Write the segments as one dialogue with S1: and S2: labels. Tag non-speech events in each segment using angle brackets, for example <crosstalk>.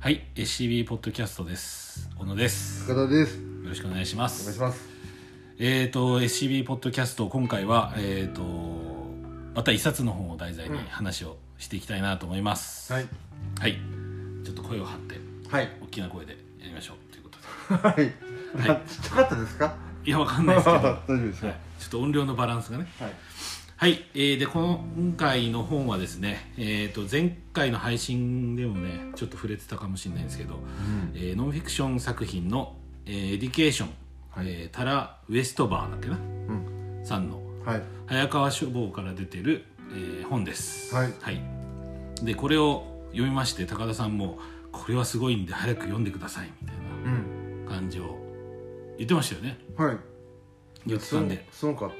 S1: はい、SCB ポッドキャストです。小野です。
S2: 高田です。
S1: よろしくお願いしま
S2: お願いし
S1: す。
S2: ます。
S1: えっ、と SCB ポッドキャスト今回はえっ、とまた一冊の本を題材に
S2: うん
S1: 話をしていきたいなと思います。
S2: はい。
S1: はい。ちょっと声を張って
S2: はい。
S1: 大きな声でやりましょうということで。
S2: はい。
S1: はい
S2: あちっちゃかったですか。
S1: いやわかんない
S2: 大 <laughs>
S1: ですけど。は
S2: 丈
S1: い。
S2: 夫で
S1: ち
S2: すか。
S1: ょ
S2: は
S1: っと音量のバランスがね。
S2: い。
S1: はい、えーでこの今回の本はですね、えー、と前回の配信でもねちょっと触れてたかもしれないんですけど、えーノンフィクション作品の「えーエディケーション」えータラ・ウェストバーだっけな
S2: うん。
S1: さんの
S2: はい。
S1: 早川書房から出てる、えー本です。
S2: はい
S1: でこれを読みまして高田さんも「これはすごいんで早く読んでください」みたい
S2: うん。
S1: な感じを言ってましたよね
S2: はい。
S1: 言ってたんで。
S2: すごかっ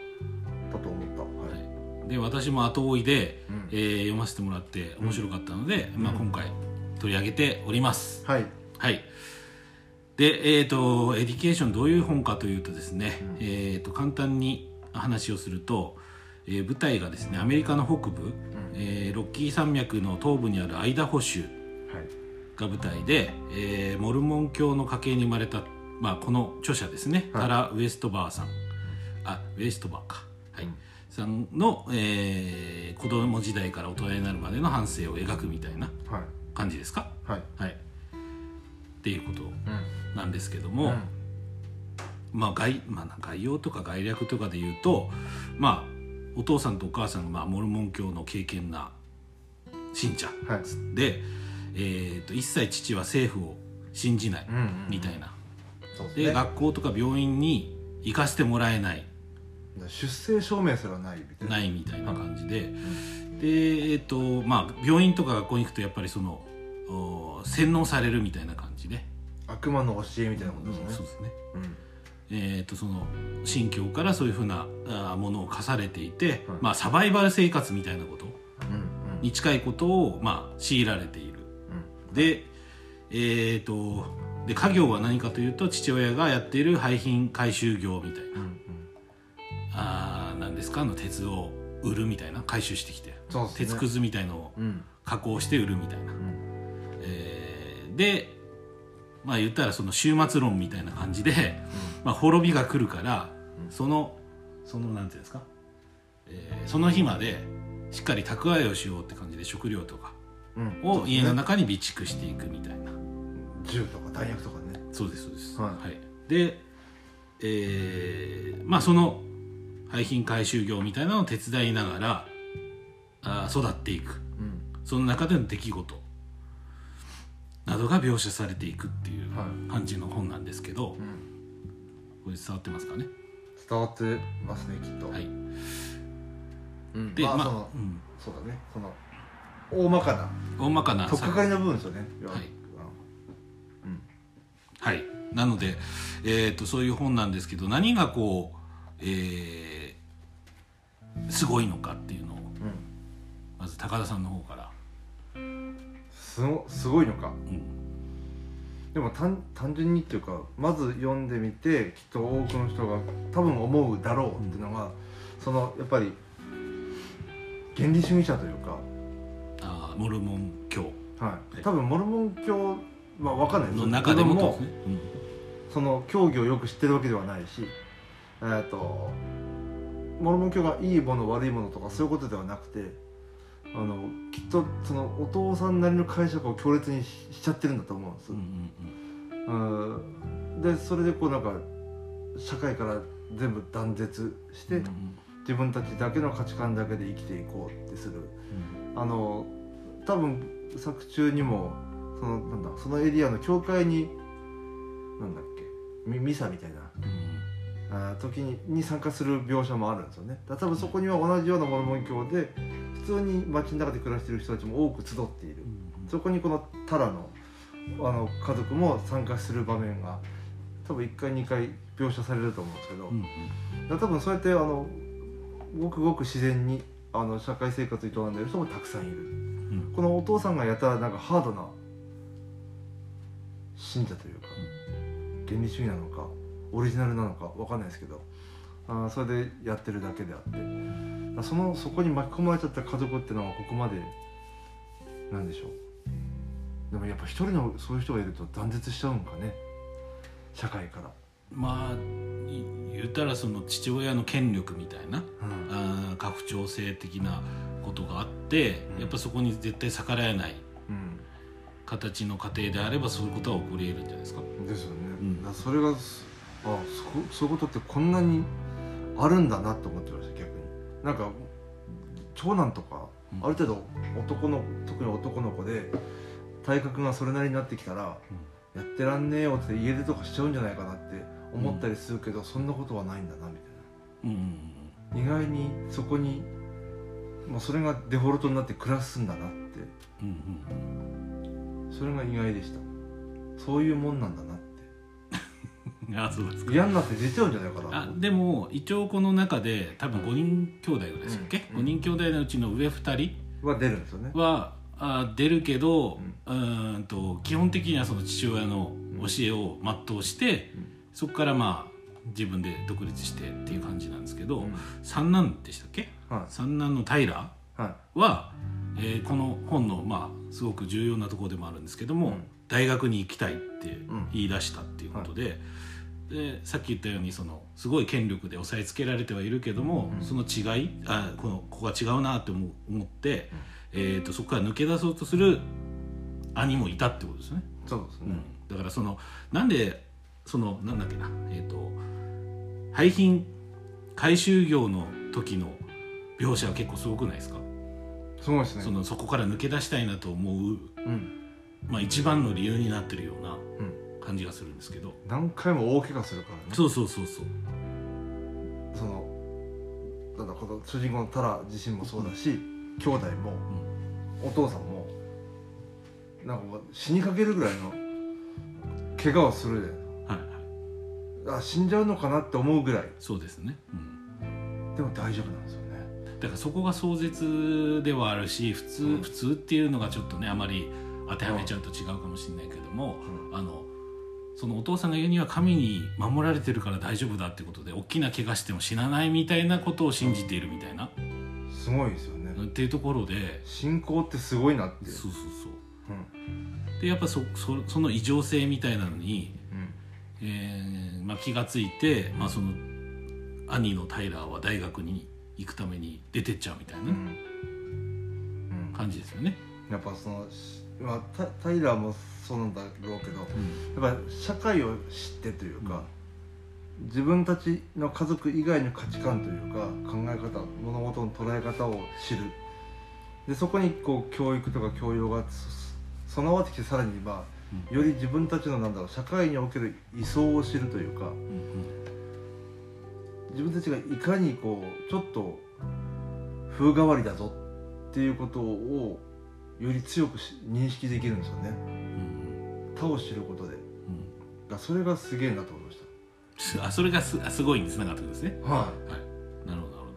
S2: たと思った。は。
S1: はいい、で私も後追いで、
S2: うん
S1: えー読ませてもらって面白かったので、まあ、今回取り上げております。
S2: はい。
S1: はいで、えー、とエディケーションどういう本かというとですね、えー、と簡単に話をすると、えー舞台がですねアメリカの北部、えーロッキー山脈の東部にあるアイダホ州が舞台で、えーモルモン教の家系に生まれた、まあ、この著者ですね、
S2: はい
S1: タラ・ウエストバーさんあウエストバーか、はい
S2: うん
S1: さんの、えー子供時代から大人になるまでの半生を描くみたいな
S2: はい。
S1: 感じですか、
S2: はい。
S1: はい、っていうこと
S2: うん。
S1: なんですけども、まあ概まあな、概要とか概略とかで言うと、まあ、お父さんとお母さんが、まあ、モルモン教の敬虔な信者
S2: はい。
S1: で、えー、と一切父は政府を信じない
S2: ん
S1: みたいな、
S2: そうです
S1: で、
S2: ね。
S1: 学校とか病院に行かせてもらえない
S2: 出生証明すらないみたいな。。
S1: ないいみたいな感じで、でえっ、とまあ病院とか学校に行くとやっぱりそのお洗脳されるみたいな感じね、
S2: 悪魔の教えみたいなことです
S1: そう
S2: ね。
S1: ですね
S2: うん。
S1: えー、とその信教からそういうふうなあーものを課されていて、
S2: はい
S1: まあ、サバイバル生活みたいなこと
S2: うん。
S1: に近いことを、まあ、強いられている
S2: うん。
S1: で,、えー、とで家業は何かというと父親がやっている廃品回収業みたいな
S2: うん。うん。
S1: あーなんですかあの鉄を売るみたいな回収してきて
S2: そうですね。
S1: 鉄くずみたいのを
S2: うん。
S1: 加工して売るみたいな
S2: う、ん。
S1: えーでまあ言ったらその終末論みたいな感じで、まあ、滅びが来るから、
S2: うん
S1: そのそのなんていうんですか、えーその日までしっかり蓄えをしようって感じで食料とか
S2: うん。
S1: を家の中
S2: 中。
S1: に備蓄していくみたいな
S2: 銃とか弾薬とかね。
S1: そうですそうです
S2: はい
S1: で、えーまあその廃品回収業みたいなのを手伝いながらあー育っていく
S2: うん。
S1: その中での出来事などが描写されていくっていう
S2: は
S1: 感じの本なんですけど、
S2: うん。
S1: これ伝わってますかね、
S2: 伝わってますねきっと、
S1: はい、
S2: うん、
S1: で、
S2: まあ、
S1: まあ
S2: その
S1: うん
S2: そうだねその大まかな
S1: 大まかな
S2: 取っかかりの部分ですよね要
S1: はい
S2: うん
S1: はい、なので、えー、とそういう本なんですけど何がこう、えーすごいのかっていうのを
S2: うん
S1: まず高田さんの方から、
S2: すごすごいのか
S1: うん
S2: でも単単純にっていうかまず読んでみてきっと多くの人が多分思うだろうっていうのが、そのやっぱり原理主義者という
S1: あーモルモン教
S2: か、はい
S1: はい
S2: 多分モルモン教は分かんないです
S1: の中でも
S2: 自分
S1: とですね、うん
S2: その教義をよく知ってるわけではないし、えー、とモルモン教がいいもの悪いものとかそういうことではなくてあのきっとそのお父さんなりの解釈を強烈にししちゃってるんだと思うんです
S1: うん、うん
S2: うんでそれでこうなんか社会から全部断絶して、
S1: うんうん
S2: 自分たちだけの価値観だけで生きていこうってするあの多分作中にもそのなんだそのエリアの教会になんだっけミミサみたいな
S1: うん
S2: あー時にに参加する描写もあるんですよねだから多分そこには同じようなモルモン教で普通に街の中で暮らしてる人たちも多く集っている
S1: うん
S2: そこにこのタラのあの家族も参加する場面が多分1回2回描写されると思うんですけど、
S1: うん
S2: だから多分そうやってあのごくごく自然にあの社会生活を営んでる人もたくさんいる
S1: うん
S2: このお父さんがやたらなんかハードな信者というか原理主義なのかオリジナルなのかわかんないですけどあーそれでやってるだけであってだからそのそこに巻き込まれちゃった家族っていうのはここまでなんでしょうでもやっぱ一人のそういう人がいると断絶しちゃうんかね社会から、
S1: まあい言ったらその父親の権力みたいな
S2: うん
S1: あー拡張性的なことがあって
S2: うん
S1: やっぱそこに絶対逆らえない形の家庭であればそういうことは起こり得るんじゃないですか。
S2: うん、ですよね、
S1: うん
S2: だからそれがすあそそういうことってこんなにあるんだなと思ってました逆になんか長男とか
S1: うん
S2: ある程度男の特に男の子で体格がそれなりになってきたら、やってらんねえよって家出とかしちゃうんじゃないかなって思ったりするけど、そんなことはないんだなみたいな
S1: うんうんうん
S2: 意外にそこに、まあ、それがデフォルトになって暮らすんだなって
S1: うんうん
S2: それが意外でしたそういうもんなんだなっ
S1: うんあそうです
S2: て
S1: か
S2: 嫌になって出ちゃうんじゃないかな
S1: あでも一応この中で多分5人兄弟ぐらいですっけ、
S2: うんうん
S1: 5人兄弟のうちの上2
S2: は出るんですよね
S1: 人はあ出るけど
S2: うん、
S1: うーんと基本的にはその父親の教えを全うして、
S2: うん
S1: そこからまあ自分で独立してっていう感じなんですけど、
S2: うん
S1: 三男でしたっけ
S2: は
S1: 三男の平
S2: いは
S1: は、えーこの本のまあすごく重要なところでもあるんですけども、
S2: うん
S1: 大学に行きたいって
S2: ん
S1: 言い出したっていうことで,、でさっき言ったようにそのすごい権力で押さえつけられてはいるけども、
S2: うん
S1: その違いあこのここが違うなって思う思って、えー、とそこから抜け出そうとする兄もいたってことですね。
S2: いそうです
S1: う
S2: ね
S1: ん、だからそのなんでそのなんだっけなえっ、と廃品回収業の時の描写は結構すごくないですか、
S2: すごいですね
S1: そのそこから抜け出したいなと思う、
S2: うん
S1: まあ、一番の理由になってるような
S2: うん
S1: 感じがするんですけど、
S2: 何回も大怪我するからね
S1: そうそうそうそう
S2: そのなんだこの主人公のタラ自身もそうだし、兄弟も、お父さんもなんかもう死にかけるぐらいの怪我をする
S1: はいはい
S2: であ死んじゃうのかなって思うぐらい
S1: そうですね、うん、
S2: でも大丈夫なんですよね
S1: だからそこが壮絶ではあるし普通、
S2: うん
S1: 普通っていうのがちょっとねあまり当てはめちゃうと違うかもしれないけども、あのそのお父さんが言うには神に守られてるから大丈夫だってことで大きな怪我しても死なないみたいなことを信じているみたいな、
S2: すごいですよね、
S1: っていうところで
S2: 信仰ってすごいなって
S1: そうそうそう
S2: うん
S1: でやっぱそそその異常性みたいなのに、
S2: うん
S1: えーまあ、気がついて、まあ、その兄のタイラーは大学に行くために出てっちゃうみたい
S2: うん
S1: な感じですよね。
S2: うんやっぱその、しまあ、タタイラーもそうなんだろうけどやっぱ社会を知ってというか、自分たちの家族以外の価値観というか考え方物事の捉え方を知るでそこにこう教育とか教養がそ備わってきてさらにまあより自分たちのなんだろう社会における位相を知るという
S1: う
S2: か
S1: んうん
S2: 自分たちがいかにこうちょっと風変わりだぞっていうことをより強くし認識できるんですよね
S1: うん
S2: 他を知ることで
S1: うん
S2: だそれがすげえなと思いまし
S1: すあそれがすあすごいにつながってくるんですね。
S2: たはい
S1: なるほどなる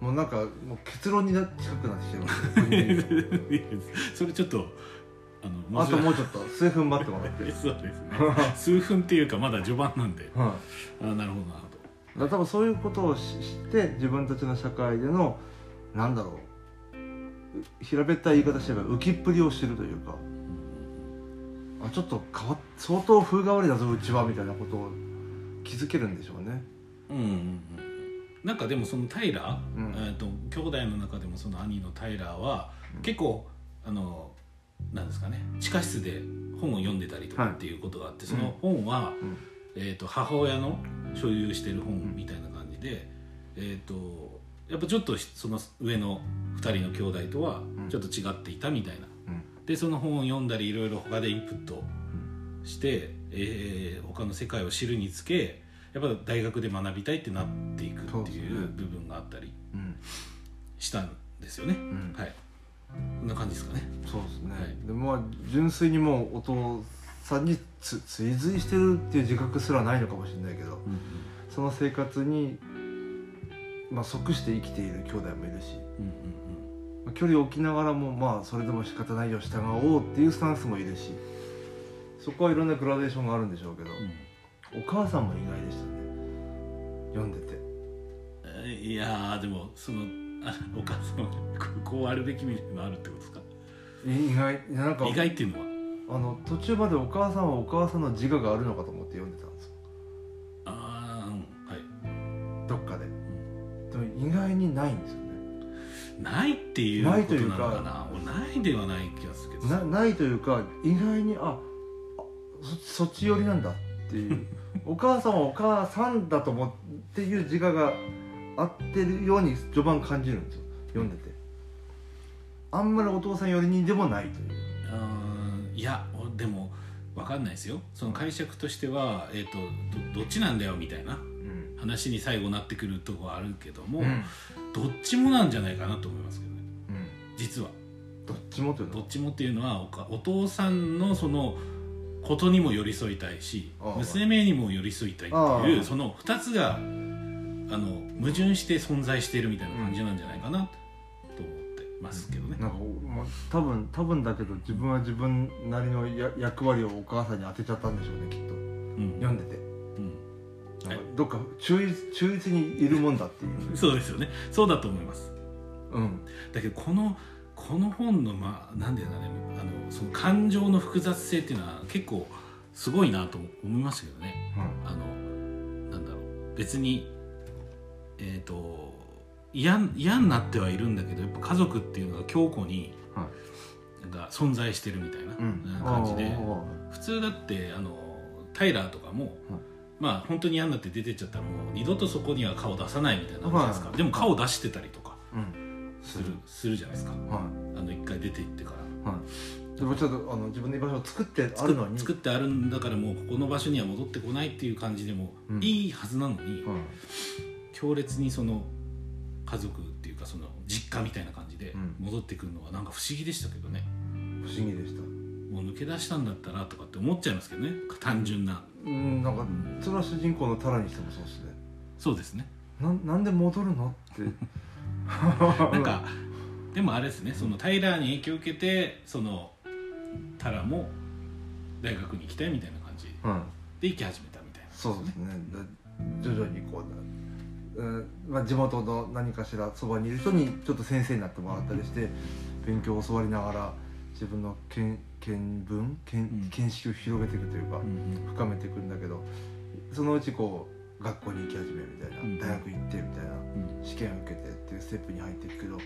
S1: ほど
S2: もうなんかもう結論にな近くなってきてますね <laughs> 個人的に
S1: それちょっとあの
S2: あとも
S1: う
S2: うちょっと数分待ってもらって
S1: そうですね数分っていうかまだ序盤なんで
S2: は
S1: あなるほどなる
S2: い、だから多分そういうことをし知って自分たちの社会でのなんだろうう平べったい言い方してれば浮きっぷりを知るというかあちょっと変わっ相当風変わりだぞうちはみたいなことを気づけるんでしょうね
S1: ほどうんうんうんなんかでもそのタイラー、
S2: うん
S1: えーと兄弟の中でもその兄のタイラーは
S2: うん
S1: 結構あのなんですかね地下室で本を読んでたりとか
S2: はい
S1: っていうことがあって、その本は、
S2: うん
S1: えー、と母親の所有してる本みたいな感じで、えー、とやっぱちょっとその上の2人の兄弟とはちょっと違っていたみたいな
S2: うん
S1: でその本を読んだりいろいろ他でインプットして、えー他の世界を知るにつけやっぱ大学で学びたいってなっていく
S2: そう
S1: って
S2: ですね
S1: いう部分があったり
S2: うん
S1: したんですよね。
S2: うん
S1: はいこんな感じですかね。
S2: そうですね、
S1: はい
S2: でまあ純粋にもうお父さんにつ追随してるっていう自覚すらないのかもしれないけど
S1: うん
S2: その生活に、まあ、即して生きている兄弟もいるし
S1: うん
S2: まあ距離を置きながらもまあそれでも仕方ないよ従おうっていうスタンスもいるしそこはいろんなグラデーションがあるんでしょうけど、
S1: うんうん
S2: お母さんも意外でしたね読んでて
S1: えーいやーでもその <laughs> あお母さんはこうこうあるべきみたいなのあるってことですか
S2: い意外いやなんか
S1: 意外っていうのは
S2: あの途中までお母さんはお母さんの自我があるのかと思って読んでたんですよ
S1: あーうんはい
S2: どっかで、でも意外にないんですよね
S1: ないっていう
S2: ない
S1: ことと
S2: いう
S1: な
S2: か
S1: のかな俺ないではない気がするけど
S2: なないというか意外にああそそっち寄りなんだっていうお母さんはお母さんだと思っていう自我が合ってるように序盤感じるんですよ読んでてあんまりお父さん寄りにでもないという
S1: あーいやおでも分かんないですよその解釈としては、えー、とどどっちなんだよみたいな
S2: うん、
S1: 話に最後なってくるとこはあるけども、
S2: うん
S1: どっちもなんじゃないかなと思いますけどね実は
S2: どっちもというの
S1: ど
S2: は
S1: っちもっていうのはおかお父さんのそのことにも寄り添いたいし
S2: ああ
S1: 娘にも寄り添いたいってい
S2: ああ
S1: うその2つがあの矛盾して存在しているみたいな感じなんじゃないかなと思ってますけどね。
S2: なんか、まあ、多分多分だけど自分は自分なりのや役割をお母さんに当てちゃったんでしょうねきっと
S1: うん
S2: 読んでて
S1: は
S2: ないんかどっか中立中立にいるもんだっていう、
S1: うんそうですよねそうだと思います。
S2: うん、
S1: だけどこのこの本のまあなんでだねあのその感情の複雑性っていうのは結構すごいなと思いましたけどね。
S2: うん
S1: あのなんだろう別にえっ、と嫌嫌になってはいるんだけどやっぱ家族っていうのが強固に、
S2: は
S1: が存在してるみたいなうん感じで、普通だってあのタイラーとかも、
S2: はい
S1: まあ本当に嫌になって出てっちゃったらもう二度とそこには顔出さないみたいなのじゃないですか、
S2: はい
S1: でも顔出してたりとか
S2: うん
S1: するするじゃないですか
S2: は
S1: あの一回出て行ってから。
S2: いはいでもちょっとあの自分の居場所を作ってあ
S1: 作
S2: る
S1: っ
S2: のに
S1: 作ってあるんだからもうここの場所には戻ってこないっていう感じでも
S2: うん
S1: いいはずなのに、
S2: はい
S1: 強烈にその家族っていうかその実家みたいな感じで
S2: うん
S1: 戻ってくるのはなんか不思議でしたけどね、
S2: 不思議でした
S1: もう抜け出したんだったらとかって思っちゃいますけどね単純な
S2: うんなんかそれは主人公のタラにしてもそうですね
S1: そうですね
S2: なんなんで戻るのって
S1: <laughs> なんかでもあれですねそのタイラーに影響を受けてそのタラも大学に行きたいみたいな感じ
S2: うん
S1: で行き始めたみたいな
S2: そうですねだ徐々にこう、うんまあ、地元の何かしらそばにいる人にちょっと先生になってもらったりして勉強を教わりながら自分の見見聞
S1: う
S2: 見
S1: ん
S2: 見識を広げていくというか、
S1: うん
S2: 深めていくんだけどそのうちこう学校に行き始めるみたいな、
S1: うん
S2: 大学行ってみたいな
S1: うん
S2: 試験を受けてっていうステップに入っていくけど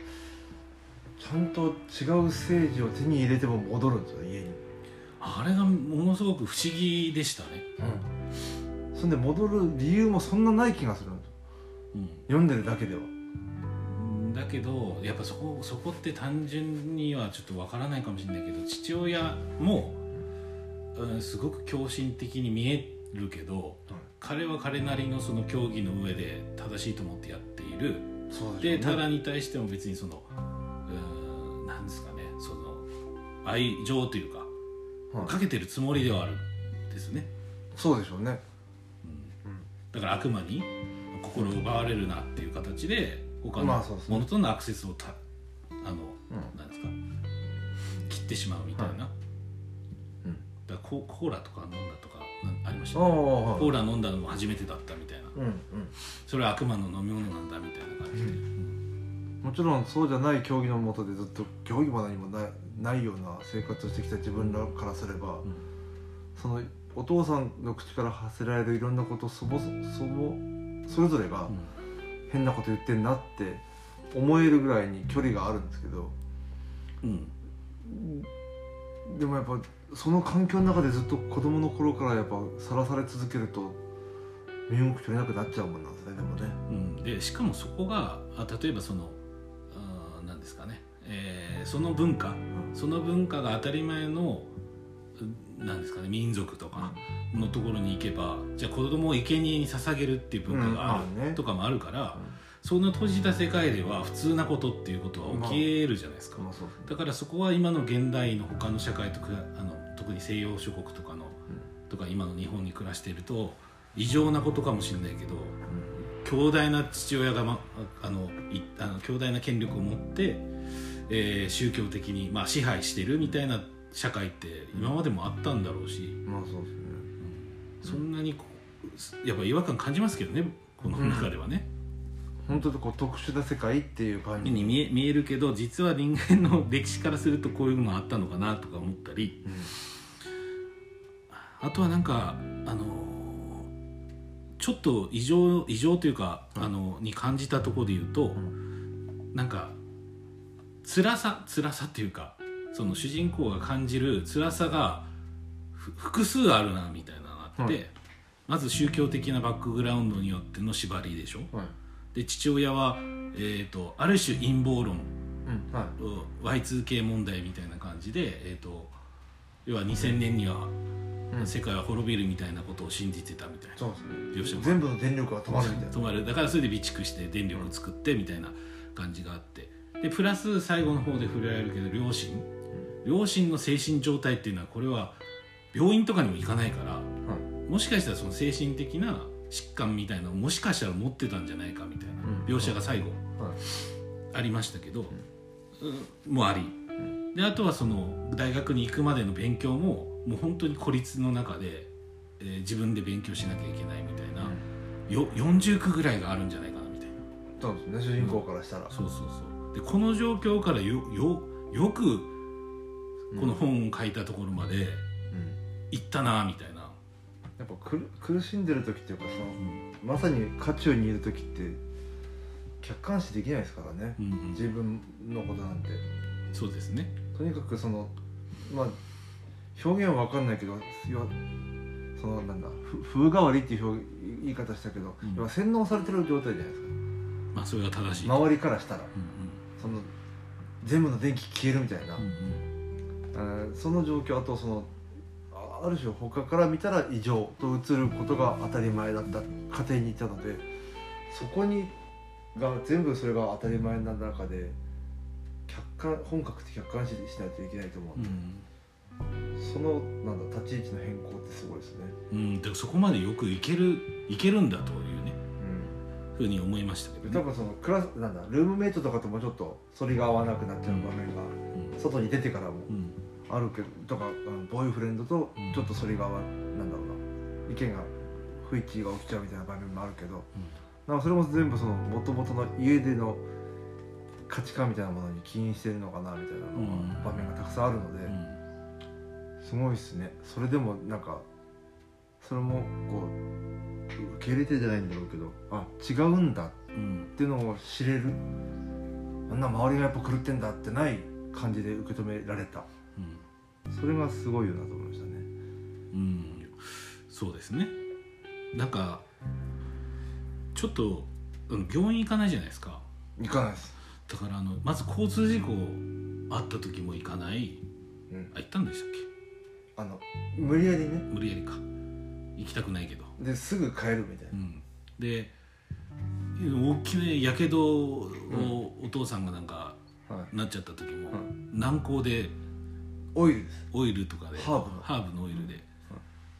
S2: ちゃんと違う政治を手に入れても戻るんですよ家に。
S1: あれがものすごく不思議でしたね、
S2: そんで戻る理由もそんなない気がするんですよ
S1: うん、
S2: 読んでるだけでは。
S1: だけどやっぱそこそこって単純にはちょっとわからないかもしれないけど父親も、うん、すごく狂信的に見えるけど、
S2: はい
S1: 彼は彼なりのその競技の上で正しいと思ってやっている
S2: そう
S1: で
S2: でしょ
S1: タ
S2: うね
S1: ラに対しても別にそのうんなんですかねその愛情というか
S2: はい
S1: かけてるつもりではあるんですね、
S2: そうでしょうね
S1: うん
S2: うん
S1: だから悪魔に心を奪われるなっていう形で他
S2: まあ
S1: の
S2: そうですね
S1: ものとのアクセスをたあの
S2: う
S1: なんですか切ってしまうみたいな、
S2: うん
S1: だからココーラとか飲んだとかなありました
S2: んあ
S1: ね
S2: あはい
S1: コーラ飲んだのも初めてだったみたいな
S2: うんうん
S1: それは悪魔の飲み物なんだみたいな感じで、
S2: うもちろんそうじゃない競技のもとでずっと競技も何もないないような生活をしてきた自分らからすれ
S1: う
S2: ば、
S1: ん
S2: そのお父さんの口から発せられるいろんなことそぼそぼそれぞれが変なこと言ってんなって思えるぐらいに距離があるんですけど
S1: うんうん
S2: でもやっぱその環境の中でずっと子供の頃からやっぱさらされ続けると身動き取れなくなっちゃうもんなんですねでもね。
S1: うんでしかもそこがあ例えばそのあーなんですかね、えーその文化その文化が当たり前のうんなんですかね民族とかのところに行けばじゃあ子供を生贄に捧げるっていう文化があ
S2: うんあるね
S1: るとかもあるから、
S2: うん
S1: その閉じた世界では普通なことっていうことは起きえるじゃないですか、
S2: まあそうですね
S1: だからそこは今の現代の他の社会とくあの特に西洋諸国とかの、とか今の日本に暮らしていると異常なことかもしれないけど強大な父親が、ま、あのいあの強大な権力を持って、えー宗教的に、まあ、支配してるみたいな社会って今までもあったんだろうし、
S2: まあそうですね。
S1: そんなにこうやっぱ違和感感じますけどねこの中ではね。
S2: 本当にこう特殊な世界っていう感じ
S1: に見え見えるけど実は人間の歴史からするとこういうのあったのかなとか思ったり
S2: うん
S1: あとはなんかあのちょっと異常異常というか、
S2: うん
S1: あのに感じたところで言うと、なんか辛さ辛さっていうかその主人公が感じる辛さがふ複数あるなみたいなのがあって、
S2: は
S1: まず宗教的なバックグラウンドによっての縛りでしょ
S2: はい
S1: で父親は、えー、とある種陰謀論
S2: うんはい
S1: Y2K 問題みたいな感じで、えー、と要は2000年には
S2: うん
S1: 世界は滅びるみたいなことを信じてたみたいな
S2: そうで
S1: 描写
S2: すね
S1: も
S2: 全部の電力が止まるみたいな
S1: 止まるだからそれで備蓄して電力を作ってみたいな感じがあってでプラス最後の方で触れられるけど両親両親の精神状態っていうのはこれは病院とかにも行かないからもしかしたらその精神的な疾患みたいなのをもしかしたら持ってたんじゃないかみたいな
S2: うん
S1: 描写が最後
S2: はい
S1: ありましたけど、うんもあり、であとはその大学に行くまでの勉強ももう本当に孤立の中で、えー自分で勉強しなきゃいけないみたいな、よ40区ぐらいがあるんじゃないかなみたいな
S2: そうですね主人公からしたら
S1: そうそうそうでこの状況からよよよくこの
S2: うん
S1: 本を書いたところまで
S2: うん
S1: 行ったなみたいな、
S2: やっぱ苦苦しんでる時っていうかそのまさに渦中にいる時って客観視できないですからね
S1: うんうん
S2: 自分のことなんて
S1: そうですね
S2: とにかくそのまあ表現は分かんないけど要はそのなんだふ風変わりっていう表言い方したけど、
S1: うん
S2: 要は洗脳されてる状態じゃないです
S1: まあそれが正しい、
S2: か周りからしたら
S1: うん
S2: その全部の電気消えるみたいな、
S1: うんうん
S2: えーその状況あとそのあある種他から見たら異常と映ることが当たり前だった家庭にいたのでそこにが全部それが当たり前な中で客観本格的客観視しないといけないと思う
S1: うんん
S2: で、そのなんだ立ち位置の変更ってすごいですね、
S1: うんうんだからそこまでよくいけるいけるんだというねふうに思いましたけど
S2: 多
S1: ね、
S2: 分そのクラスなんだルームメイトとかともちょっと反りが合わなくなっちゃう場面が
S1: うん
S2: 外に出てからも
S1: うん
S2: あるけどとかあのボーイフレンドと
S1: うん
S2: ちょっとそれがわなんだろうな意見が不一致が起きちゃうみたいな場面もあるけど、なんかそれも全部その元々の家での価値観みたいなものに起因してるのかなみたいなのが
S1: うん
S2: 場面がたくさんあるので、
S1: うん
S2: すごいっすねそれでもなんかそれもこう受け入れてじゃないんだろうけどあ違うんだ
S1: うん
S2: っていうのを知れるあんな周りがやっぱ狂ってんだってない感じで受け止められた
S1: うん
S2: それがすごいよなと思いましたね。
S1: うん、そうですねなんかちょっとうん病院行かないじゃないですか
S2: 行かないです、
S1: だからあのまず交通事故あった時も行かない
S2: うん、
S1: あ行ったんでしたっけ
S2: あの無理やりね
S1: 無理やりか行きたくないけど、
S2: ですぐ帰るみたいうな、
S1: ん、で大きなやけどをお父さんがなんか
S2: はい、
S1: なっちゃった時も
S2: う
S1: 軟膏で
S2: オイルです
S1: オイルとかで
S2: ハーブの
S1: ハーブのオイルで、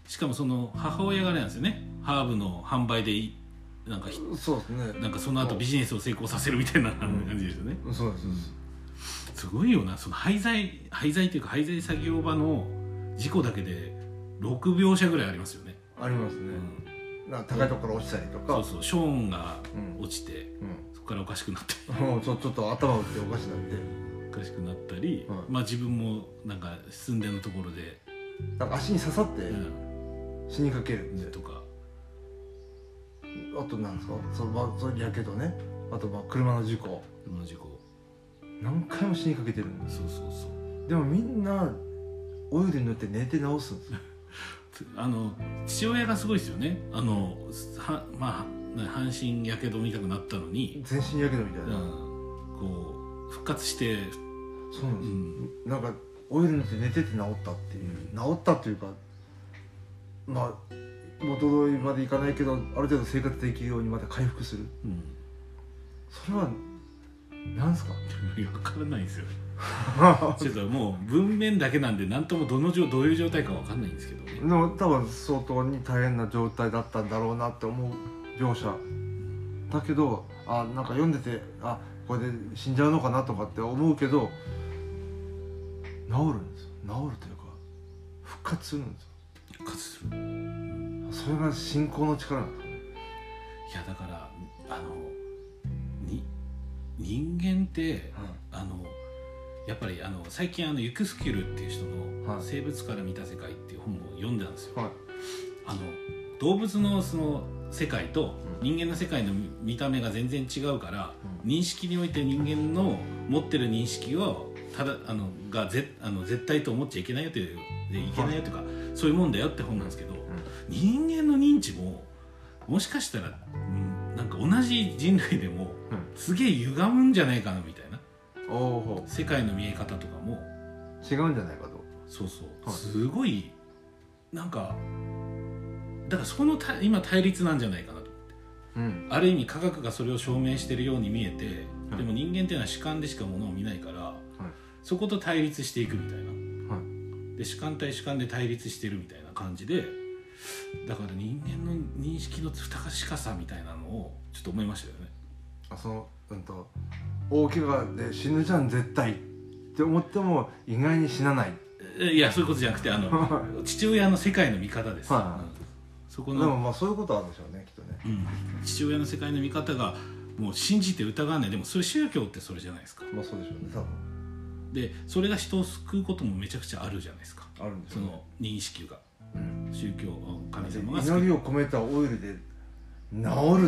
S1: しかもその母親があれなんですよねハーブの販売でいなんかひ
S2: そうですね
S1: なんかその後ビジネスを成功させるみたいな感じですよね、
S2: そうですそうです
S1: すごいよなその廃材廃材というか廃材作業場の事故だけで6秒車ぐらいありますよね、
S2: ありますね
S1: う、ん、
S2: なんか高いところ落ちたりとか
S1: そうそうショーンが
S2: うん
S1: 落ちて
S2: う
S1: そこからおかしくなって <laughs>
S2: ん、もうちょちょっと頭打っておかしなって
S1: おかしくなったり、
S2: はい
S1: まあ自分もなんか寸前のところで、
S2: なんか足に刺さって
S1: うん
S2: 死にかけるみたい
S1: とか
S2: なあとなんですかそのまあそれやけどねあとまあ車の事故
S1: 車の事故
S2: 何回も死にかけてるんです
S1: そうそうそう
S2: でもみんなオイルに塗って寝て治すんですよ
S1: あの父親がすごいですよねあのはまあな半身やけどみたくなったのに、
S2: 全身やけどみたい
S1: うん
S2: な、
S1: こう復活して、
S2: そうなん
S1: う
S2: ですよ
S1: ん
S2: なんかオイル塗って寝てて治ったっていう、治ったっていうかまあ元通りまでいかないけどある程度生活できるようにまで回復する
S1: うん、
S2: それはなんすか
S1: 分からないんですよちょっともう文面だけなんで何ともどの状どういう状態か分かんないんですけどね
S2: で、も多分相当に大変な状態だったんだろうなって思う描写だけどあなんか読んでてあこれで死んじゃうのかなとかって思うけど治るんですよ治るというか復活するんですよ
S1: 復活するい
S2: それが信仰の力なんですかね
S1: やだからあのに人間ってあのやっぱりあの最近あのユクスキュルっていう人
S2: は
S1: の「
S2: い
S1: 生物から見た世界」っていう本を読んだんですよ。
S2: はい
S1: あの動物のその世界と
S2: う
S1: 人間の世界の見た目が全然違うから、
S2: うん
S1: 認識において人間の持ってる認識をただあのがぜあの絶対と思っちゃいけないよというでいけないよというか、そういうもんだよって本なんですけど、人間の認知ももしかしたら、うん、なんか同じ人類でも
S2: うん
S1: すげえ歪むんじゃないかなみたいな
S2: おお
S1: 世界の見え方とかも
S2: 違うんじゃないかと
S1: そうそう、
S2: はい
S1: すごいなんかだからそのた今対立なんじゃないかなと
S2: うん
S1: ある意味科学がそれを証明してるように見えて、
S2: はい
S1: でも人間っていうのは主観でしかものを見ないから、そこと対立していくみたいな、で主観対主観で対立してるみたいな感じでだから人間の認識の不確かさみたいなのをちょっと思いましたよね
S2: あそのうんと大怪我で死ぬじゃん絶対って思っても意外に死なない
S1: えいやそういうことじゃなくてあ
S2: <laughs>
S1: の父親の世界の見方です、
S2: は
S1: うんそこ
S2: で
S1: の
S2: もまあそういうことあるんでしょうねきっとね
S1: うん、父親の世界の見方がもう信じて疑わないでもそれ宗教ってそれじゃないですか
S2: まあそうでしょうね多分
S1: でそれが人を救うこともめちゃくちゃあるじゃないですか
S2: あるんでし
S1: そ
S2: ょうね
S1: の認識が
S2: うん
S1: 宗教神様が救
S2: 祈
S1: う、
S2: りを込めたオイルで治る
S1: そう
S2: っ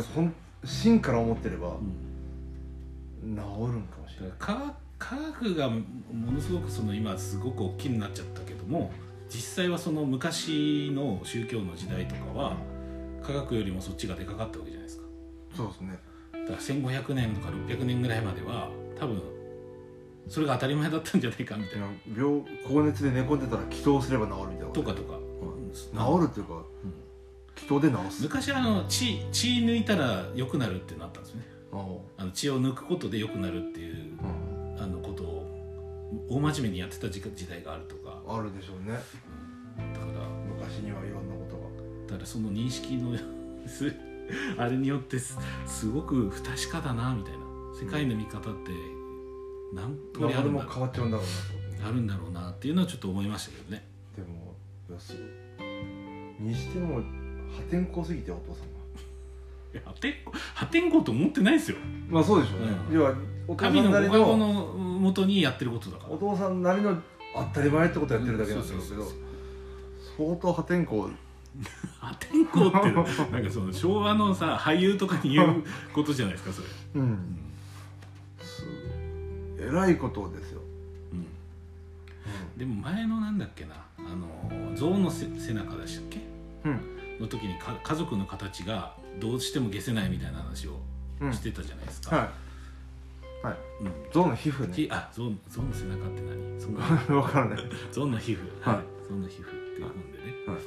S1: そう
S2: ほん芯から思ってれば
S1: うん
S2: 治るんかもし
S1: だ
S2: れない
S1: から科学科学がものすごくその今すごく大きになっちゃったけども実際はその昔の宗教の時代とかは科学よりもそっちがでかかったわけじゃないですか
S2: そうですね
S1: だから1500年とか600年ぐらいまでは多分それが当たり前だったんじゃないかみたいな
S2: 病高熱で寝込んでたら祈祷すれば治るみたいなこと
S1: かとか、
S2: 治るっていうか
S1: うん
S2: 祈祷で治す
S1: 昔あの血血抜いたら良くなるってなったんですね
S2: あお
S1: あの血を抜くことで良くなるっていう
S2: うん
S1: あのことを大真面目にやってた時時代があるとか
S2: あるでしょうね
S1: だから
S2: 昔にはいろんなことが
S1: だからその認識のす <laughs> あれによってすすごく不確かだなみたいな世界の見方って何通りあ
S2: 何
S1: る
S2: で
S1: ん
S2: も
S1: だろ
S2: 変わっちゃうんだろう
S1: う
S2: な
S1: あるんだろうなっていうのはちょっと思いましたけどね
S2: とでもいやすごいにしても破天荒すぎてお父さんが
S1: いや破天荒破天荒と思ってないですよ
S2: まあそうでしょうね、
S1: うん
S2: 要はお父さ
S1: 神
S2: ん
S1: の
S2: な
S1: ご
S2: り
S1: 加護
S2: の
S1: のもとにやってることだから
S2: お父さんなりの当たり前ってことやってるだけなんですけ
S1: うん
S2: ど
S1: そう
S2: 相当破天荒
S1: 破天荒ってなんかその昭和のさ俳優とかに言うことじゃないですかそれ、
S2: うんすえらいことですよ、
S1: うん、でも前のなんだっけなあの象のせ背中でしたっけ
S2: うん
S1: の時にか家族の形がどうしても消せないみたいな話を
S2: うん
S1: してたじゃないですか、
S2: はいはい
S1: うん
S2: 象の皮膚ね <laughs>
S1: ひあ象象の背中って何そんな
S2: 分からない
S1: ゾンの皮膚
S2: はい
S1: ゾンの皮膚っていう本でね、
S2: はい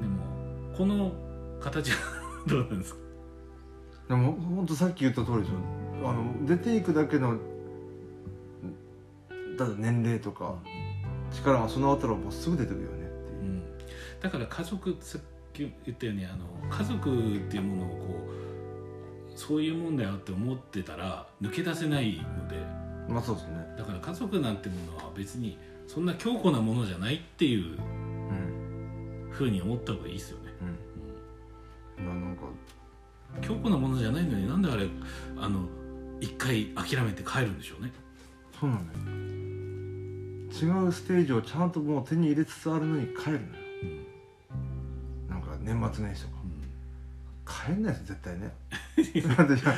S1: でもこの形は <laughs> どうなんですか
S2: でも本当さっき言った通りでしょあの出ていくだけのだって年齢とか力が備わったらもうすぐ出てくるよねっていうう、
S1: ん、だから家族さっき言ったようにあの家族っていうものをこうそういうもんだよって思ってたら抜け出せないので
S2: まあそうですね、
S1: だから家族なんてものは別にそんな強固なものじゃないっていう
S2: うん
S1: ふうに思った方がいいですよね、
S2: うん、まあなんか
S1: うん強固なものじゃないのになんであれあの一回諦めて帰るんでしょうね
S2: そうなんだよ違うステージをちゃんともう手に入れつつあるのに帰るのよ
S1: うん、
S2: なんか年末年始とか
S1: うん
S2: 帰んないです絶対ね <laughs> なんでじゃあ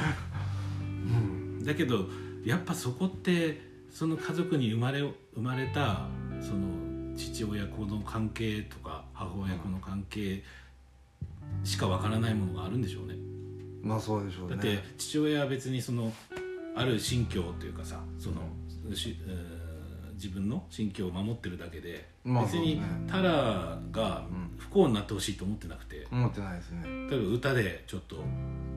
S2: うん
S1: だけどやっぱそこってその家族に生まれ生まれたその父親子の関係とか母親子の関係しかわからないものがあるんでしょうね。
S2: まあそうでしょう
S1: だ
S2: ね
S1: って父親は別にそのある信教というかさそのしうー自分の信教を守ってるだけで、
S2: まあ
S1: 別
S2: そう
S1: に
S2: ね
S1: タラが
S2: うん
S1: 不幸になってほしいと思ってなくて
S2: 思ってないですね
S1: 例えば歌でちょっと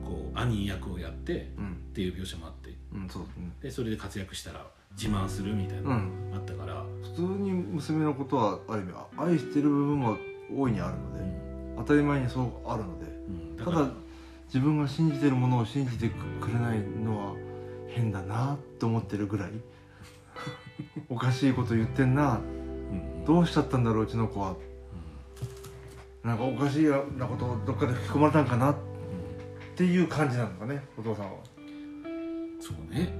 S1: こう兄役をやって
S2: うん
S1: っていう描写もあって
S2: うんそうですね
S1: でそれで活躍したら自慢するみたいな
S2: う
S1: の
S2: ん
S1: あったから、
S2: 普通に娘のことはある意味愛してる部分も大いにあるの
S1: う
S2: で、
S1: ん
S2: 当たり前にそうあるので
S1: うんだ
S2: た
S1: から
S2: だ自分が信じてるものを信じてくれないのは変だなと思ってるぐらいおかしいこと言ってんな
S1: うん
S2: どうしちゃったんだろううちの子はなんかおかしいようなことをどっかで吹き込まれたんかなっていう感じなのかねお父さんは、
S1: うんそうね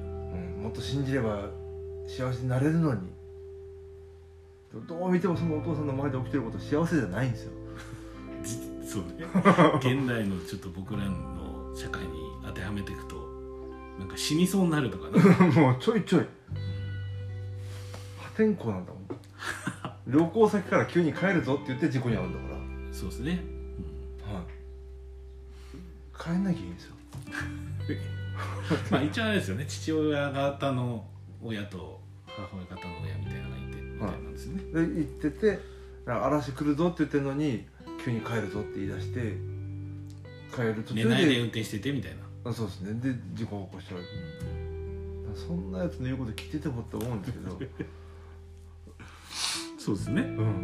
S2: うん、もっと信じれば幸せになれるのにどう見てもそのお父さんの前で起きてること幸せじゃないんですよ
S1: じそう <laughs> ね現代のちょっと僕らの社会に当てはめていくとなんか死にそうになるとかね <laughs>
S2: <laughs> もうちょいちょい破天荒なん
S1: <laughs>
S2: だもん旅行先から急に帰るぞって言って事故に遭うんだから
S1: そうですね、
S2: はい、帰んなきゃいいんですよ
S1: うんまあ一応あれですよね父親方の親と母親方の親みたいなのがいてみたいなんですよね、
S2: で行っててなんか嵐来るぞって言ってるのに急に帰るぞって言い出して帰る途
S1: 寝
S2: 中
S1: ないで
S2: で
S1: 運転しててみたいな
S2: あそうですねで事故を起こしちゃうだからそんなやつの言うこと聞いててもって思うんですけ
S1: <laughs>
S2: ど、
S1: そうですね
S2: う、
S1: うん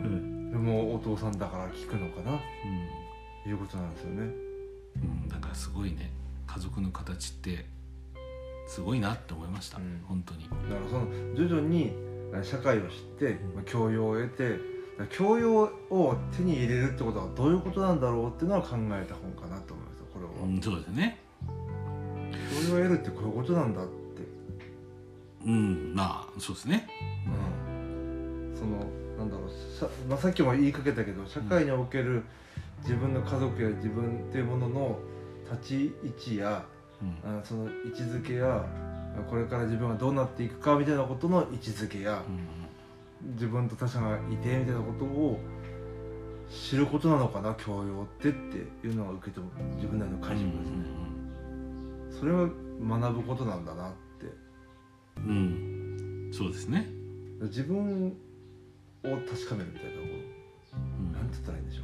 S1: ん、
S2: でもお父さんだから聞くのかな
S1: うん
S2: いうことなんですよね
S1: うん、だからすごいね家族の形ってすごいなって思いました、
S2: うん
S1: 本当に
S2: だからその徐々にあ社会を知ってまあ教養を得てだから教養を手に入れるってことはどういうことなんだろうっていうのは考えた本かなと思いますこれは、
S1: うん、そうですね
S2: 教養を得るってこういうことなんだって、
S1: うんまあそうですね
S2: うん、そのなんだろうさ,、まあ、さっきも言いかけたけど社会における自分の家族や自分っていうものの立ち位置や
S1: うん
S2: あその位置づけやこれから自分はどうなっていくかみたいなことの位置づけや、自分と他者がいてみたいなことを知ることなのかな教養ってっていうのは受けても自分なりの解釈ですね、それは学ぶことなんだなって
S1: うん、うんうんそうですね、
S2: 自分を確かめるみたいなこ
S1: う
S2: となん
S1: ん、
S2: て言ったらいいんでしょ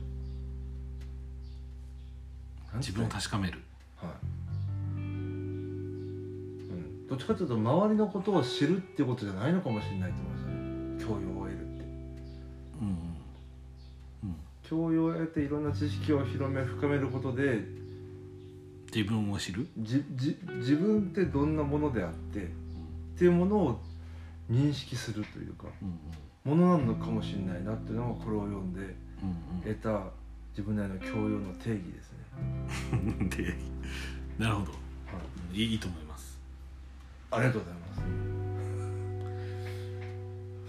S2: う
S1: 自分を
S2: なんて
S1: 確かめる
S2: 言ったらはい、うん、どっちかというと周りのことを知るっていうことじゃないのかもしれないと思いましたね教養を得るって
S1: うんうん、うん、
S2: 教養を得ていろんな知識を広め深めることで
S1: 自分を知る
S2: じじ自分ってどんなものであってっていうものを認識するというか
S1: うん
S2: ものなのかもしれないなっていうのがこれを読んで
S1: うん
S2: 得た自分なりの教養の定義ですね。
S1: うんうんでなるほど
S2: はい
S1: いいいと思います
S2: ありがとうございます。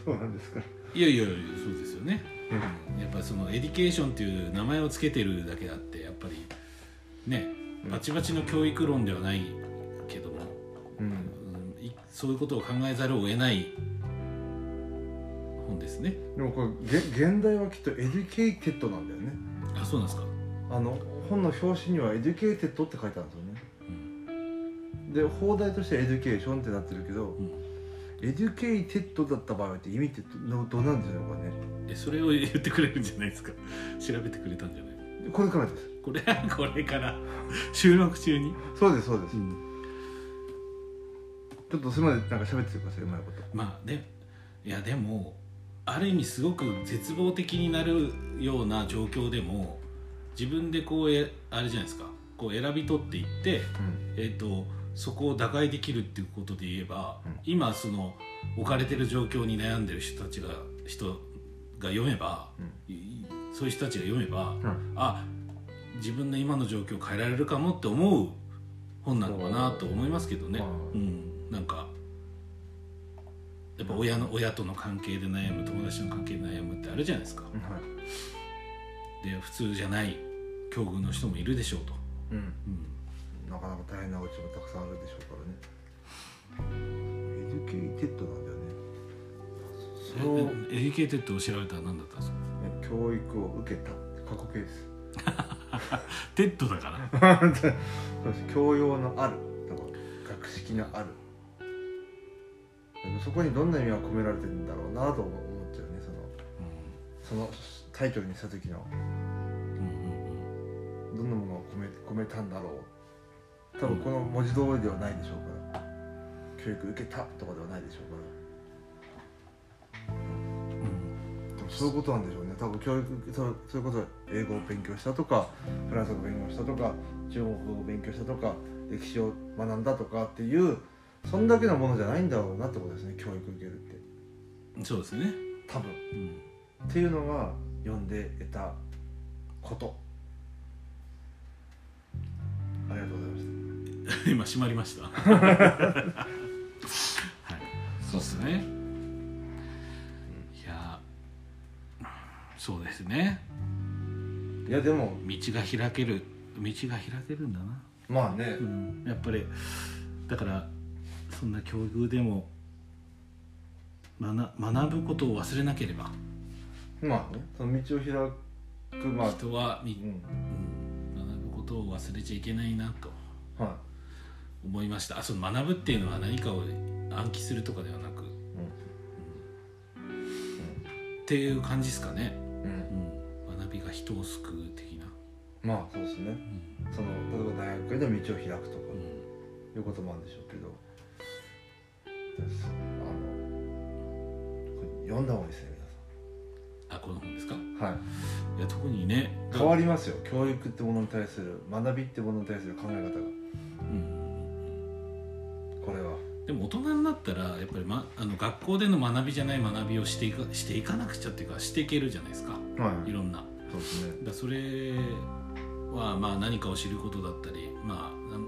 S2: そうなんですか。
S1: いやいやいやそうですよねやっぱりそのエディケーションという名前をつけてるだけあってやっぱりねバチバチの教育論ではないけども、
S2: うん。
S1: うんいそういうことを考えざるを得ない本ですね
S2: でもこれげ現代はきっとエデュケイテッドなんだよね。
S1: あそうなんですか、
S2: あの本の表紙にはエデュケイテッドって書いてあるんですよね。
S1: うん
S2: で放題としてエデュケーションってなってるけど、
S1: うん
S2: エデュケイテッドだった場合って意味ってどどうなんでしょうかね。
S1: えそれを言ってくれるんじゃないですか調べてくれたんじゃない
S2: これからです
S1: これ <laughs> これから収録中に、
S2: そうですそうです、ちょっとすみませんなんか喋っててくださいうまいこと
S1: まあでいやでもある意味すごく絶望的になるような状況でも自分でこうえあれじゃないですかこう選び取っていって、
S2: うん
S1: えー、とそこを打開できるっていうことで言えば、
S2: うん
S1: 今その置かれてる状況に悩んでる人たちが人が読めば、いいそういう人たちが読めば、
S2: ん
S1: あ自分の今の状況を変えられるかもって思う本なのかなと思いますけどね、
S2: まあ
S1: うん、なんかやっぱ親の親との関係で悩む友達の関係で悩むってあるじゃないですか
S2: はい
S1: で普通じゃない境遇の人もいるでしょうと、
S2: うん
S1: うん、
S2: なかなか大変なお家もたくさんあるでしょうからねエデュケイテッドなんだよねその
S1: ええエディケーテッドを調べたら何だったんですか
S2: え教育を受けたって過去形です
S1: テッドだから
S2: <laughs> そうです教養のあるだから学識のあるそこにどんな意味が込められてるんだろうなと思っちゃうねそのそのタイトルにした時の
S1: うんうん
S2: どんなものを込め込めたんだろう多分この文字通りではないでしょうから、教育受けたとかではないでしょう
S1: うんうん
S2: からでもそういうことなんでしょうね多分教育そうそういうこと英語を勉強したとかフランス語を勉強したとか中国語を勉強したとか歴史を学んだとかっていうそんだけのものじゃないんだろうなってことですね教育受けるって
S1: うんそうですね、
S2: 多分
S1: うん、
S2: っていうのが読んで得たことありがとうございました
S1: <laughs> 今閉まりましたはいそうですねそうですね
S2: いやでも
S1: 道が開ける道が開けるんだな、
S2: まあね
S1: うん、やっぱりだからそんな境遇でも学学ぶことを忘れなければ
S2: まあねその道を開くまあ
S1: 人はみ
S2: うん
S1: 学ぶことを忘れちゃいけないなと
S2: は
S1: 思いましたあその学ぶっていうのは何かを暗記するとかではなく、っていう感じですかね、
S2: い、うん、
S1: うん、学びが人を救う的な、
S2: まあそうですね
S1: うん
S2: その例えば大学への道を開くとか
S1: うん
S2: いうこともあるんでしょうけどですあのこれ読んだ方がいいですね
S1: あこの本ですか
S2: 皆さんはい
S1: いや特にね
S2: 変わりますよ教育ってものに対する学びってものに対する考え
S1: う
S2: 方が
S1: ん
S2: これは
S1: でも大人になったらやっぱり、ま、あの学校での学びじゃない学びをしていかしていかなくちゃっていうかしていけるじゃないですか
S2: はい
S1: ろんなだか
S2: そうですね
S1: らそれはまあ何かを知ることだったりまあなん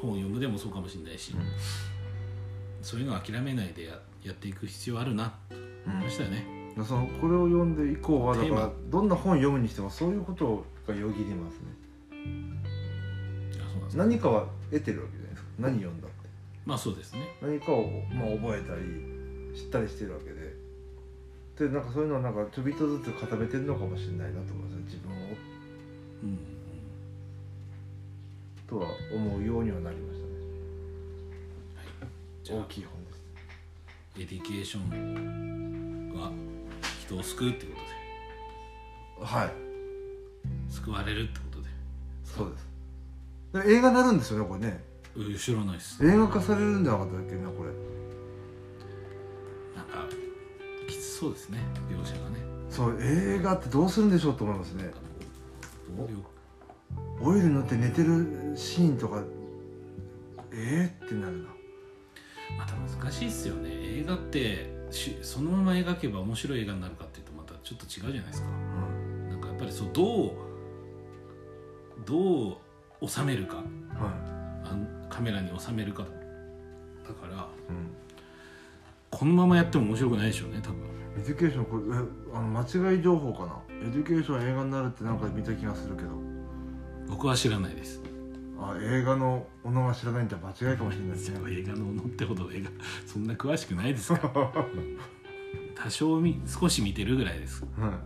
S1: 本を読むでもそうかもしれないし、
S2: うん
S1: そういうのを諦めないでややっていく必要あるなましたよね
S2: そのこれを読んで以降はだか
S1: テー
S2: ら
S1: マ
S2: どんな本を読むにしてもそういうことがよぎりますね
S1: あそうなんですか
S2: 何かは得てるわけじゃないですか何読んだって
S1: まあそうですね
S2: 何かを、まあ、覚えたり知ったりしてるわけででなんかそういうのはなんかちょびっとずつ固めてるのかもしれないなと思いますね自分を
S1: うん
S2: とは思うようにはなりましたね
S1: じゃ
S2: 大
S1: あ
S2: きい本です
S1: エディケーションは人を救うってことで
S2: はい
S1: 救われるってことで
S2: そうですで映画になるんですよねこれね
S1: うん知らないです
S2: 映画化されるんじゃなかったっけなこれ
S1: なんかきつそうですね描写がね
S2: そう映画ってどうするんでしょうと思いますね
S1: なんかこう暴力
S2: オイル塗って寝てるシーンとかえー、ってなるな
S1: また難しいっすよね映画ってしそのまま描けば面白い映画になるかっていうとまたちょっと違うじゃないですか
S2: うん
S1: なんかやっぱりそうどうどう収めるか
S2: は
S1: あのカメラに収めるかだから
S2: い、うん
S1: このままやっても面白くないでしょうね多分
S2: エデュケーションこれえあの間違い情報かなエデュケーション映画になるってなんか見た気がするけど
S1: 僕は知らないです
S2: あ映画のものが知らないんじゃ間違いかもしれないです
S1: 実
S2: ね <laughs>
S1: は映画のものってほど映画 <laughs> そんな詳しくないですから、うん多少み少し見てるぐらいです
S2: は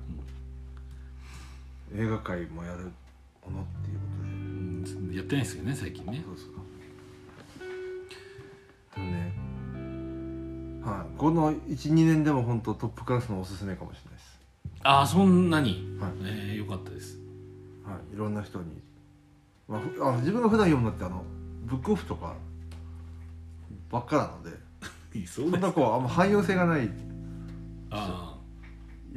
S2: い、映画界もやるものっていう
S1: う
S2: こ
S1: んやってないですよね最近ね
S2: とでそうですかでもねはいこの12年でも本当トップクラスのおすすめかもしれないです
S1: ああそんなに、
S2: はい
S1: えーよかったです
S2: はい、いろんな人に、まあふ、あの自分が普段読むのってあのブックオフとかばっかなので
S1: いいそ
S2: そんなこうあんま汎用性がないい
S1: ああ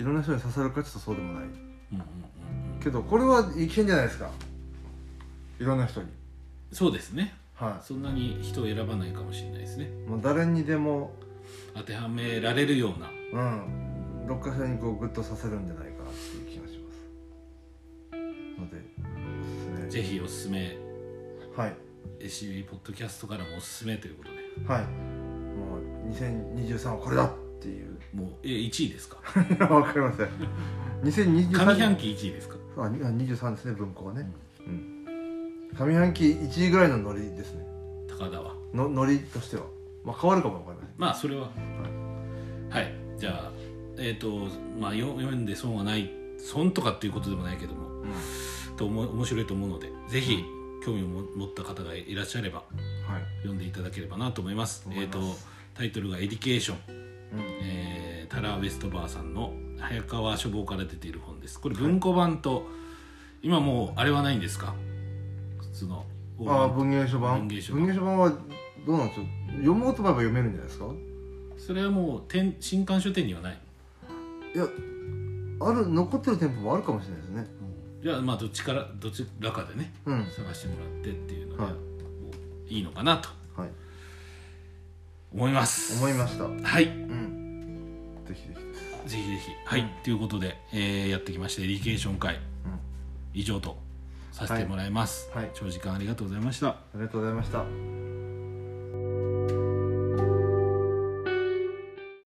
S2: ろんな人に刺さるかちょっとそうでもない
S1: うんうんうんうん
S2: けどこれはいけんじゃないですかいろんな人に
S1: そうですね
S2: は
S1: そんなに人を選ばないかもしれないですね
S2: いもう誰にでも
S1: 当てはめられるような
S2: うん六花社にこうグッと刺さるんじゃないかなっていう気がしますのでおすす
S1: ぜひおすすめ
S2: めはい
S1: SUV ポッドキャストからもおすすめということで
S2: はいもう2023はこれだっていう <laughs>
S1: もうえ1位ですか
S2: いやわかりません
S1: 上半
S2: 2023
S1: 期1位ですか
S2: あにあ23ですね文庫はね、うん上半期1位ぐらいのノリですね
S1: 高田は
S2: のノリとしては、まあ、変わるかもわかりません
S1: まあそれははい、じゃあえっ、とまあよ読んで損はない損とかっていうことでもないけどもと思う面白いと思うのでぜひ興味をも持った方がいらっしゃれば
S2: はい、
S1: 読んでいただければなと思います
S2: 思います
S1: えっ、とタイトルが「エディケーション」
S2: うん、
S1: えータラ・ウェストバーさんの早川書房から出ている本ですこれ文庫版と、今もうあれはないんですか普通の
S2: ああ文芸書
S1: 文
S2: 版
S1: 芸書版
S2: 書版はどうなんでしょう読もうと思えば読めるんじゃないですか
S1: それはもう店新刊書店にはない
S2: いやある残ってる店舗もあるかもしれないですね
S1: じゃあまあどっちからどちらかでね
S2: うん
S1: 探してもらってっていうのが、
S2: はい
S1: いいのかなと
S2: はい
S1: 思います
S2: 思いましたう
S1: はい
S2: んぜひぜひです
S1: ぜひぜひはい、ということで、えーやってきましたエディケーション会
S2: うんあ
S1: 以上とさせてもらいます、
S2: はいはい
S1: 長時間ありがとうございました
S2: りがとうございました